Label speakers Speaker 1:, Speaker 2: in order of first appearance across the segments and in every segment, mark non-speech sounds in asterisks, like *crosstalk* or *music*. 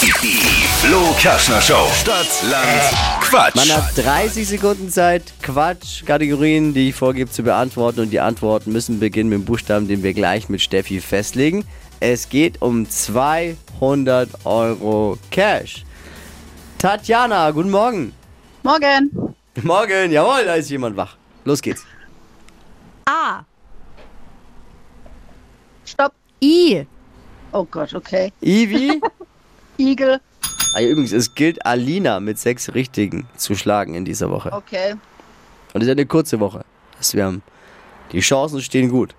Speaker 1: Die Flo Kaschner Show. Äh. Stadt, Land, Quatsch.
Speaker 2: Man hat 30 Sekunden Zeit, Quatsch, Kategorien, die ich vorgebe, zu beantworten. Und die Antworten müssen beginnen mit dem Buchstaben, den wir gleich mit Steffi festlegen. Es geht um 200 Euro Cash. Tatjana, guten Morgen.
Speaker 3: Morgen.
Speaker 2: Morgen, jawohl, da ist jemand wach. Los geht's.
Speaker 4: A.
Speaker 3: Stopp.
Speaker 4: I.
Speaker 3: Oh Gott, okay.
Speaker 2: *laughs* Ivi?
Speaker 3: Igel.
Speaker 2: Ah, ja, Übrigens, es gilt Alina mit sechs Richtigen zu schlagen in dieser Woche.
Speaker 3: Okay.
Speaker 2: Und es ist eine kurze Woche. Also wir haben, die Chancen stehen gut.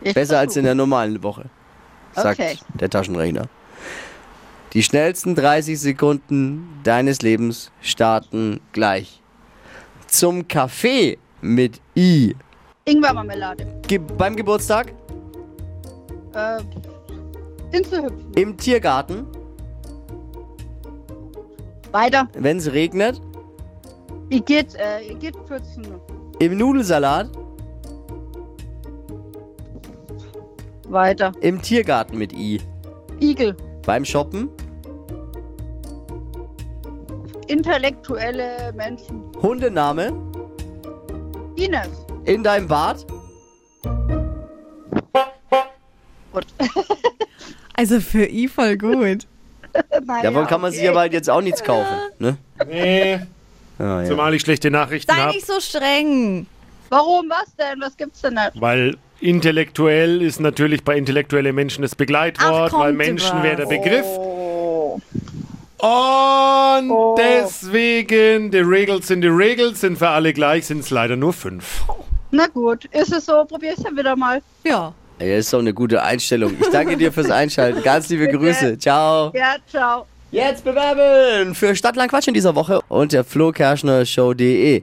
Speaker 3: Ich
Speaker 2: Besser als in der normalen Woche, sagt
Speaker 3: Okay.
Speaker 2: der Taschenrechner. Die schnellsten 30 Sekunden deines Lebens starten gleich. Zum Kaffee mit I.
Speaker 3: Ingwermarmelade.
Speaker 2: Ge beim Geburtstag,
Speaker 3: Äh, Inselhüpfen.
Speaker 2: im Tiergarten,
Speaker 3: Weiter.
Speaker 2: wenn es regnet,
Speaker 3: Igitt, äh, Igitt pürzen.
Speaker 2: im Nudelsalat,
Speaker 3: Weiter.
Speaker 2: im Tiergarten mit I.
Speaker 3: Igel.
Speaker 2: Beim Shoppen,
Speaker 3: Intellektuelle Menschen.
Speaker 2: Hundename,
Speaker 3: Ines.
Speaker 2: in deinem Bad,
Speaker 3: Gut.
Speaker 4: Also für I voll gut.
Speaker 3: Naja,
Speaker 2: Davon kann man sich aber halt jetzt auch nichts kaufen. Ne?
Speaker 5: Nee,
Speaker 2: Ah, ja.
Speaker 5: zumal ich schlechte Nachrichten
Speaker 4: Sei
Speaker 5: habe,
Speaker 4: nicht so streng.
Speaker 3: Warum? Was denn? Was gibt's denn da?
Speaker 5: weil intellektuell ist natürlich bei intellektuelle Menschen das
Speaker 4: Ach,
Speaker 5: Begleitwort,
Speaker 4: kommt
Speaker 5: weil Menschen
Speaker 4: was.
Speaker 5: wäre der Begriff.
Speaker 3: Oh.
Speaker 5: Und
Speaker 3: Oh.
Speaker 5: deswegen, die Regels sind die Regels, sind für alle gleich, sind es leider nur fünf.
Speaker 3: Na gut, ist es so. Probier's ja wieder mal.
Speaker 4: Ja.
Speaker 2: Ja, ist doch eine gute Einstellung. Ich danke dir fürs Einschalten. Ganz liebe Grüße. Ciao.
Speaker 3: Ja, ciao.
Speaker 2: Jetzt bewerben für Stadtland Quatsch in dieser Woche unter flokerschnershow.de.